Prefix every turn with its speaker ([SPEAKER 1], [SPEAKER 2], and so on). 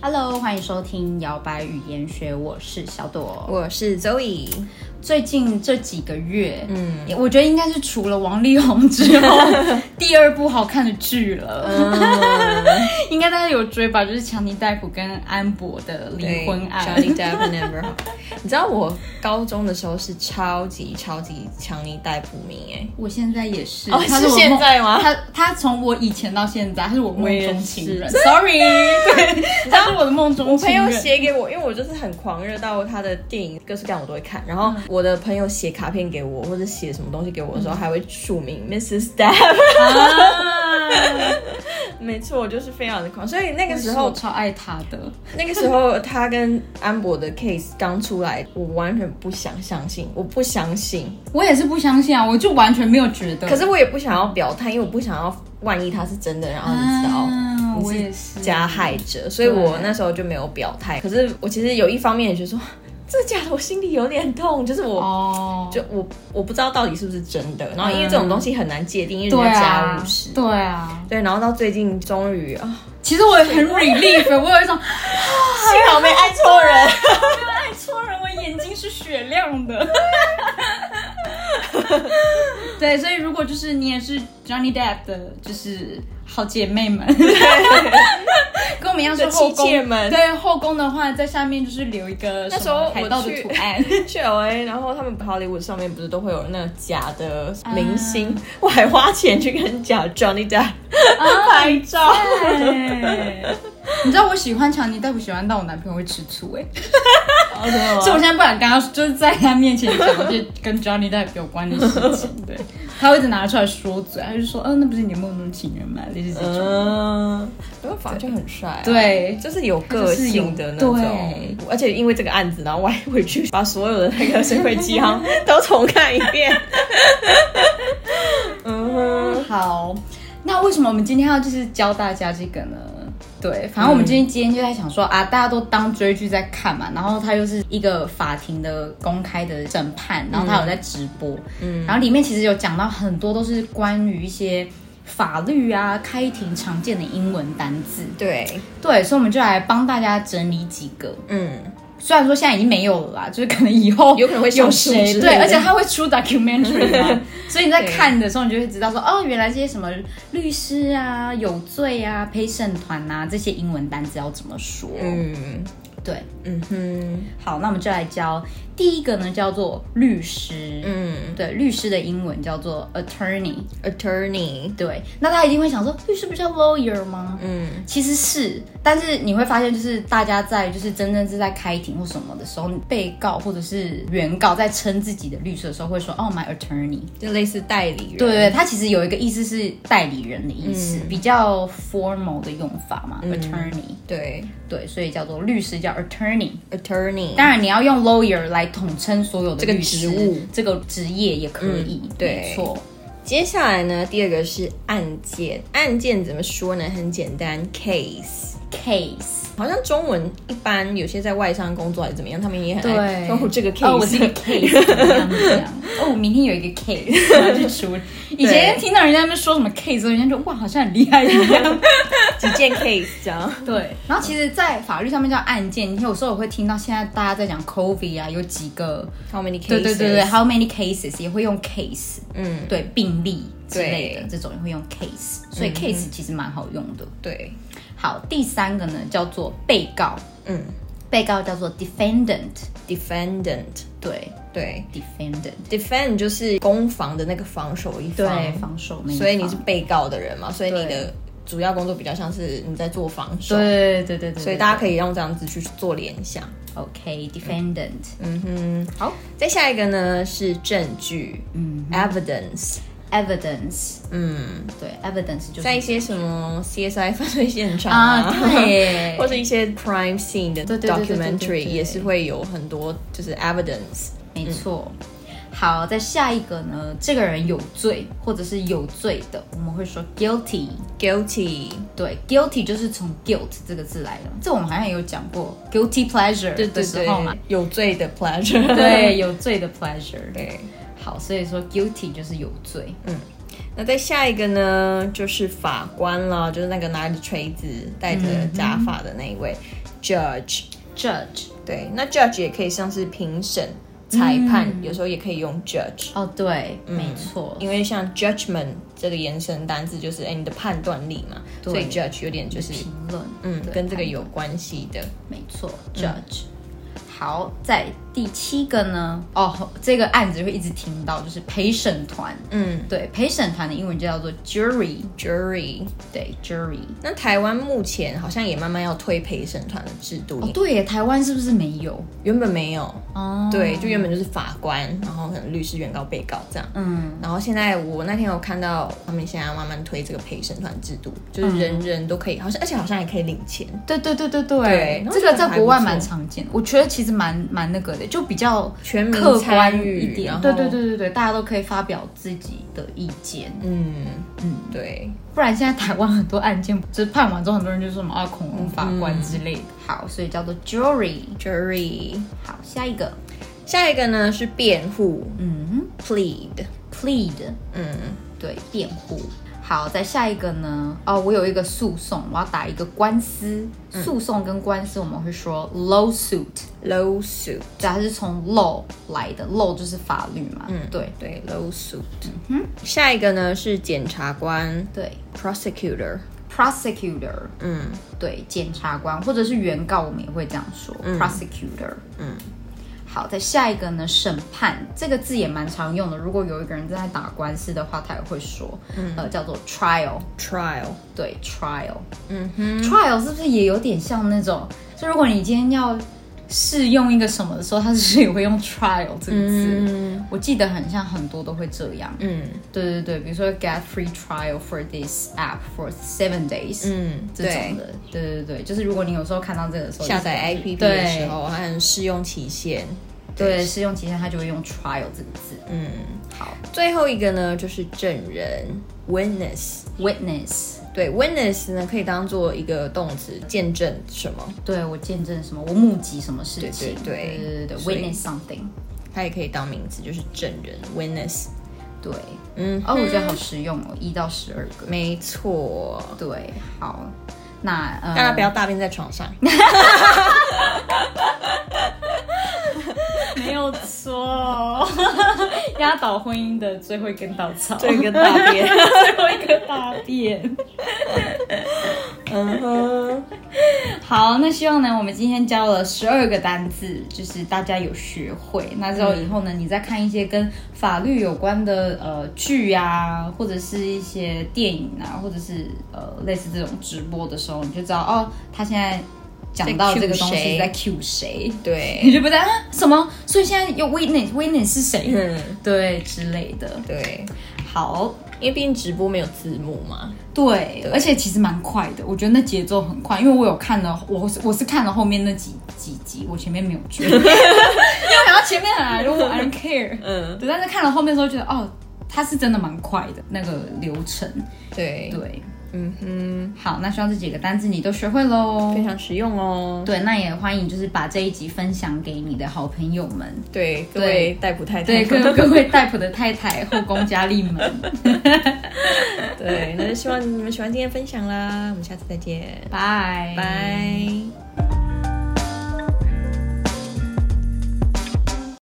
[SPEAKER 1] Hello，欢迎收听摇摆语言学，我是小朵。
[SPEAKER 2] 我是 Zoe，
[SPEAKER 1] 最近这几个月，
[SPEAKER 2] 嗯，
[SPEAKER 1] 我觉得应该是除了王力宏之 后第二部好看的剧了，
[SPEAKER 2] 嗯
[SPEAKER 1] 应该大家有追吧？就是强尼戴普跟安博的离婚案。
[SPEAKER 2] Johnny Depp and Amber Heard。你知道我高中的时候是超级超级强力逮捕迷哎、
[SPEAKER 1] 我现在也是，
[SPEAKER 2] 哦
[SPEAKER 1] 他
[SPEAKER 2] 是
[SPEAKER 1] 我
[SPEAKER 2] 现
[SPEAKER 1] 梦
[SPEAKER 2] 在吗
[SPEAKER 1] 他他从我以前到现在，他是我梦
[SPEAKER 2] 我也
[SPEAKER 1] 中情人
[SPEAKER 2] 是
[SPEAKER 1] ，sorry，对，他是我的梦中
[SPEAKER 2] 我朋
[SPEAKER 1] 情
[SPEAKER 2] 友
[SPEAKER 1] 人。
[SPEAKER 2] 写给我，因为我就是很狂热到他的电影各式各样我都会看。然后我的朋友写卡片给我，或者写什么东西给我的时候，还会署名 Mrs. Depp。
[SPEAKER 1] 啊，
[SPEAKER 2] 没错，我就是非常的狂，所以 那
[SPEAKER 1] 那
[SPEAKER 2] 个时
[SPEAKER 1] 时
[SPEAKER 2] 候
[SPEAKER 1] 候超爱他的。
[SPEAKER 2] 那个时候他跟安博的 case 刚出来，我完全不想相信，我不相信，
[SPEAKER 1] 我也是不相信啊，我就完全没有觉得。
[SPEAKER 2] 可是我也不想要表态，因为我不想要万一他是真的，然后你知道。
[SPEAKER 1] 啊，
[SPEAKER 2] 你
[SPEAKER 1] 我也是
[SPEAKER 2] 加害者，所以我那时候就没有表态。可是我其实有一方面也觉得说，这假的，我心里有点痛，就是我。
[SPEAKER 1] 哦，
[SPEAKER 2] 就我我不知道到底是不是真的，然后因为这种东西很难界定，因为
[SPEAKER 1] 嗯对
[SPEAKER 2] 人家家
[SPEAKER 1] 啊
[SPEAKER 2] 务事，，
[SPEAKER 1] 对啊。
[SPEAKER 2] 对，然后到最近终于啊，
[SPEAKER 1] 其实我也很 relief，我欸 有一种哎
[SPEAKER 2] 幸好没爱错人，
[SPEAKER 1] 爱错人，我眼睛是雪亮的。 对，所以如果就是你也是 Johnny Depp 的，就是好姐妹 们，跟我们一样是
[SPEAKER 2] 的
[SPEAKER 1] 后
[SPEAKER 2] 妻妾
[SPEAKER 1] 宫
[SPEAKER 2] 们
[SPEAKER 1] 对后宫的话，在下面就是留一个
[SPEAKER 2] 那
[SPEAKER 1] 什
[SPEAKER 2] 时候
[SPEAKER 1] 么
[SPEAKER 2] 我
[SPEAKER 1] 海盗的
[SPEAKER 2] 去
[SPEAKER 1] 图 案。
[SPEAKER 2] 去 L A，然哎后他们好莱坞上面不是都会有那个假的
[SPEAKER 1] 啊
[SPEAKER 2] 明星，我还花钱去跟假 Johnny Depp 拍照，
[SPEAKER 1] 对，啊 你知道我喜欢强尼戴普，喜欢到我男朋友会吃醋哎、
[SPEAKER 2] 哦真的 吗
[SPEAKER 1] 所以我现在不敢跟他，就是在他面前讲一些跟 Johnny Depp 有关的事情，对，他会一直拿出来说嘴，他就说，嗯、那不是你的梦中情人吗？类似这种，
[SPEAKER 2] 嗯，没有法就很帅、啊，
[SPEAKER 1] 对
[SPEAKER 2] 就是有个性的那种
[SPEAKER 1] 他就是有，
[SPEAKER 2] 而且因为这个案子，然后我还回去把所有的那个水鬼鸡汤都重看一遍。嗯哼，
[SPEAKER 1] 好，那为什么我们今天要就是教大家这个呢？对，反正我们今天今天就在想说、啊，大家都当追剧在看嘛，然后它又是一个法庭的公开的审判，然后它有在直播，嗯，然后里面其实有讲到很多都是关于一些法律啊、开庭常见的英文单字，
[SPEAKER 2] 对，
[SPEAKER 1] 对，所以我们就来帮大家整理几个。
[SPEAKER 2] 嗯，
[SPEAKER 1] 虽然说现在已经没有了啦，就是可能以后
[SPEAKER 2] 有可能会
[SPEAKER 1] 有
[SPEAKER 2] 上诉
[SPEAKER 1] 谁
[SPEAKER 2] 之类
[SPEAKER 1] 对，
[SPEAKER 2] 的
[SPEAKER 1] 而且他会出 documentary 嘛，所以你在
[SPEAKER 2] 对
[SPEAKER 1] 看的时候，你就会知道说，哦，原来这些什么律师啊、有罪啊、陪审团啊这些英文单词要怎么说。
[SPEAKER 2] 嗯
[SPEAKER 1] 对，
[SPEAKER 2] 嗯哼，
[SPEAKER 1] 好，那我们就来教第一个呢，叫做律师。
[SPEAKER 2] 嗯
[SPEAKER 1] 对，律师的英文叫做 attorney。
[SPEAKER 2] ，attorney，
[SPEAKER 1] 对，那大家一定会想说，律师不叫 lawyer 吗？
[SPEAKER 2] 嗯
[SPEAKER 1] 其实是，但是你会发现，就是大家在就是真正是在开庭或什么的时候，被告或者是原告在称自己的律师的时候，会说哦、my attorney。
[SPEAKER 2] 就类似代理人，
[SPEAKER 1] 对对，对它其实有一个意思是代理人的意思，
[SPEAKER 2] 嗯
[SPEAKER 1] 比较 formal 的用法嘛、a t t o r n e y
[SPEAKER 2] 对
[SPEAKER 1] 对，所以叫做律师叫 attorney。
[SPEAKER 2] ，attorney，
[SPEAKER 1] 当然，你要用 lawyer 来统称所有的
[SPEAKER 2] 这个
[SPEAKER 1] 律师
[SPEAKER 2] 职务、嗯
[SPEAKER 1] 这个职业也可以，
[SPEAKER 2] 对
[SPEAKER 1] 没错。
[SPEAKER 2] 接下来呢，第二个是案件，案件怎么说呢？很简单，case。
[SPEAKER 1] case
[SPEAKER 2] 好像中文一般有些在外商工作还是怎么样，他们也很
[SPEAKER 1] 对，
[SPEAKER 2] 爱说哦这个 case，、
[SPEAKER 1] 哦，我这个 case 怎么样怎么样？哦，我明天有一个 case 我要去 处理。以前听到人家在那边说什么 case，人家就哇，好像很厉害一 样。
[SPEAKER 2] 几件 case 这样。
[SPEAKER 1] 对，然后其实，在法律上面叫案件，你有时候我会听到现在大家在讲 COVID 啊，有几个
[SPEAKER 2] How many cases？
[SPEAKER 1] 对对对对，how many cases 也会用 case，
[SPEAKER 2] 嗯，
[SPEAKER 1] 对，病例之类的
[SPEAKER 2] 对
[SPEAKER 1] 这种也会用 case，所以 case 其实蛮好用的。
[SPEAKER 2] 对，
[SPEAKER 1] 好，第三个呢叫做被告，
[SPEAKER 2] 嗯
[SPEAKER 1] 被告叫做 defendant，
[SPEAKER 2] ，defendant，
[SPEAKER 1] 对
[SPEAKER 2] 对
[SPEAKER 1] ，defendant。
[SPEAKER 2] ，defend 就是攻防的那个防守一方，
[SPEAKER 1] 对，防守那一
[SPEAKER 2] 所以你
[SPEAKER 1] 方
[SPEAKER 2] 是被告的人嘛，所以你
[SPEAKER 1] 对
[SPEAKER 2] 的主要工作比较像是你在做防守，
[SPEAKER 1] 对对对对，
[SPEAKER 2] 所以大家可以用这样子去做联想。
[SPEAKER 1] OK，defendant，
[SPEAKER 2] 嗯哼，
[SPEAKER 1] 好
[SPEAKER 2] 再下一个呢是证据，嗯，evidence，
[SPEAKER 1] ，evidence，
[SPEAKER 2] 嗯，
[SPEAKER 1] 对，evidence 就是
[SPEAKER 2] 在一些什么 CSI 犯罪现场
[SPEAKER 1] 啊，对
[SPEAKER 2] 或，者一些 crime scene 的
[SPEAKER 1] 对对对对对对对
[SPEAKER 2] documentary 也是会有很多就是 evidence。
[SPEAKER 1] 没错。好，再下一个呢，这个人有罪或者是有罪的，我们会说 guilty。
[SPEAKER 2] Guilty，
[SPEAKER 1] 对，guilty 就是从 guilt 这个字来的，这我们好像也有讲过 guilty pleasure 的时候 嘛，，
[SPEAKER 2] 有罪的 pleasure，
[SPEAKER 1] 对，有罪的 pleasure。
[SPEAKER 2] 对。
[SPEAKER 1] 好，所以说 guilty 就是有罪。
[SPEAKER 2] 嗯那再下一个呢，就是法官了，就是那个拿着锤子、戴着假发的那一位 judge。
[SPEAKER 1] judge。
[SPEAKER 2] 对，那 judge 也可以像是评审、裁判，
[SPEAKER 1] 嗯
[SPEAKER 2] 有时候也可以用 judge。
[SPEAKER 1] 哦，对，没错，
[SPEAKER 2] 嗯因为像 judgment 这个延伸单字就是哎、你的判断力嘛，所以 judge 有点就是
[SPEAKER 1] 评论，
[SPEAKER 2] 嗯
[SPEAKER 1] 对
[SPEAKER 2] 跟这个有关系的。
[SPEAKER 1] 没错，judge。好，在第七个呢，哦，这个案子会一直听到，就是陪审团。
[SPEAKER 2] 嗯
[SPEAKER 1] 对，陪审团的英文就叫做 jury，
[SPEAKER 2] ，jury。
[SPEAKER 1] 对，jury。
[SPEAKER 2] 那台湾目前好像也慢慢要推陪审团的制度，
[SPEAKER 1] 哦，对耶，台湾是不是没有？
[SPEAKER 2] 原本没有，
[SPEAKER 1] 哦，
[SPEAKER 2] 对，就原本就是法官，然后可能律师、原告、被告这样。
[SPEAKER 1] 嗯，
[SPEAKER 2] 然后现在我那天有看到他们现在要慢慢推这个陪审团制度，就是人人都可以，好像而且好像也可以领钱。
[SPEAKER 1] 对对对对对，
[SPEAKER 2] 对
[SPEAKER 1] 这个
[SPEAKER 2] 那我觉得
[SPEAKER 1] 在国外
[SPEAKER 2] 还不错
[SPEAKER 1] 蛮常见的，我觉得其实蛮蛮那个的，就比较
[SPEAKER 2] 全民
[SPEAKER 1] 客观
[SPEAKER 2] 参与
[SPEAKER 1] 一点
[SPEAKER 2] 然。后
[SPEAKER 1] 对对对对对，大家都可以发表自己的意见，
[SPEAKER 2] 嗯
[SPEAKER 1] 嗯
[SPEAKER 2] 嗯，对，
[SPEAKER 1] 不然现在台湾很多案件就是判完之后，很多人就说什么啊恐龙法官之类的。好，所以叫做 jury。
[SPEAKER 2] jury。
[SPEAKER 1] 好，下一个，
[SPEAKER 2] 下一个呢是辩护
[SPEAKER 1] 嗯
[SPEAKER 2] ，plead。
[SPEAKER 1] ，plead，
[SPEAKER 2] 嗯，
[SPEAKER 1] 对，辩护。好，再下一个呢？哦，我有一个诉讼，我要打一个官司。诉讼跟官司我们会说 lawsuit。
[SPEAKER 2] lawsuit，
[SPEAKER 1] 对，它是从 law 来的，law 就是法律嘛。嗯，对
[SPEAKER 2] 对，lawsuit。嗯下一个呢是检察官
[SPEAKER 1] 对
[SPEAKER 2] ，prosecutor。
[SPEAKER 1] ，prosecutor，
[SPEAKER 2] 嗯
[SPEAKER 1] 对，检察官或者是原告，我们也会这样说、p r o s e c u t o r
[SPEAKER 2] 嗯，
[SPEAKER 1] 好，再下一个呢，审判这个字也蛮常用的。如果有一个人正在打官司的话，他也会说，呃，叫做 trial，
[SPEAKER 2] ，trial。
[SPEAKER 1] 对，trial，trial、
[SPEAKER 2] 嗯哼，
[SPEAKER 1] trial 是不是也有点像那种？就如果你今天要试用一个什么的时候，他是不是也会用 trial 这个字？
[SPEAKER 2] 嗯
[SPEAKER 1] 我记得很像很多都会这样。
[SPEAKER 2] 嗯
[SPEAKER 1] 对对对，比如说 get free trial for this app for seven days，、
[SPEAKER 2] 嗯，
[SPEAKER 1] 这种
[SPEAKER 2] 对。
[SPEAKER 1] 的。对对对，就是如果你有时候看到这个的时候，
[SPEAKER 2] 下载 APP
[SPEAKER 1] 对
[SPEAKER 2] 的时候，还有试用期限。
[SPEAKER 1] 对试用期限，他就会用 trial 这个字。
[SPEAKER 2] 嗯，
[SPEAKER 1] 好
[SPEAKER 2] 最后一个呢就是证人 witness。
[SPEAKER 1] ，witness。
[SPEAKER 2] 对，witness 呢可以当做一个动词，见证什么，
[SPEAKER 1] 对我见证什么，我目击什么事情，
[SPEAKER 2] 对对对
[SPEAKER 1] 对对对
[SPEAKER 2] 所以
[SPEAKER 1] ，witness something，
[SPEAKER 2] 它也可以当名词，就是证人 witness。
[SPEAKER 1] 对，
[SPEAKER 2] 嗯，
[SPEAKER 1] 哦，我觉得好实用哦，一到十二个，
[SPEAKER 2] 没错，
[SPEAKER 1] 对，好，那呃，
[SPEAKER 2] 大家不要大便在床上。
[SPEAKER 1] 没有错，哦 压倒婚姻的最后一根稻草，
[SPEAKER 2] 这个大便，
[SPEAKER 1] 最后一个大便。
[SPEAKER 2] 嗯哼，
[SPEAKER 1] 好，那希望呢，我们今天教了十二个单字，就是大家有学会。那之后以后呢，你再看一些跟法律有关的呃剧啊，或者是一些电影啊，或者是呃类似这种直播的时候，你就知道哦，他现在讲到这个东西在
[SPEAKER 2] 在
[SPEAKER 1] cue 谁，
[SPEAKER 2] 对，
[SPEAKER 1] 你就不在、啊、什么，所以现在有 witness witness 是谁，
[SPEAKER 2] 嗯，
[SPEAKER 1] 对之类的。
[SPEAKER 2] 对，
[SPEAKER 1] 好，
[SPEAKER 2] 因为毕竟直播没有字幕嘛。
[SPEAKER 1] 对，而且其实蛮快的，我觉得那节奏很快，因为我有看了，我是我是看了后面那几几集，我前面没有 追，因为我想到前面很难，我 I don't care，
[SPEAKER 2] 嗯，
[SPEAKER 1] 对，但是看了后面之后觉得哦，它是真的蛮快的那个流程，
[SPEAKER 2] 对，
[SPEAKER 1] 对，
[SPEAKER 2] 嗯哼，
[SPEAKER 1] 好，那希望这几个单字你都学会喽
[SPEAKER 2] 非。常实用哦。
[SPEAKER 1] 对，那也欢迎就是把这一集分享给你的好朋友们，
[SPEAKER 2] 对，各位戴普太太，
[SPEAKER 1] 对各各位戴普的太太、后宫佳丽们，
[SPEAKER 2] 对，那就希望你们喜欢今天的分享啦，我们下次再见，
[SPEAKER 1] 拜
[SPEAKER 2] 拜。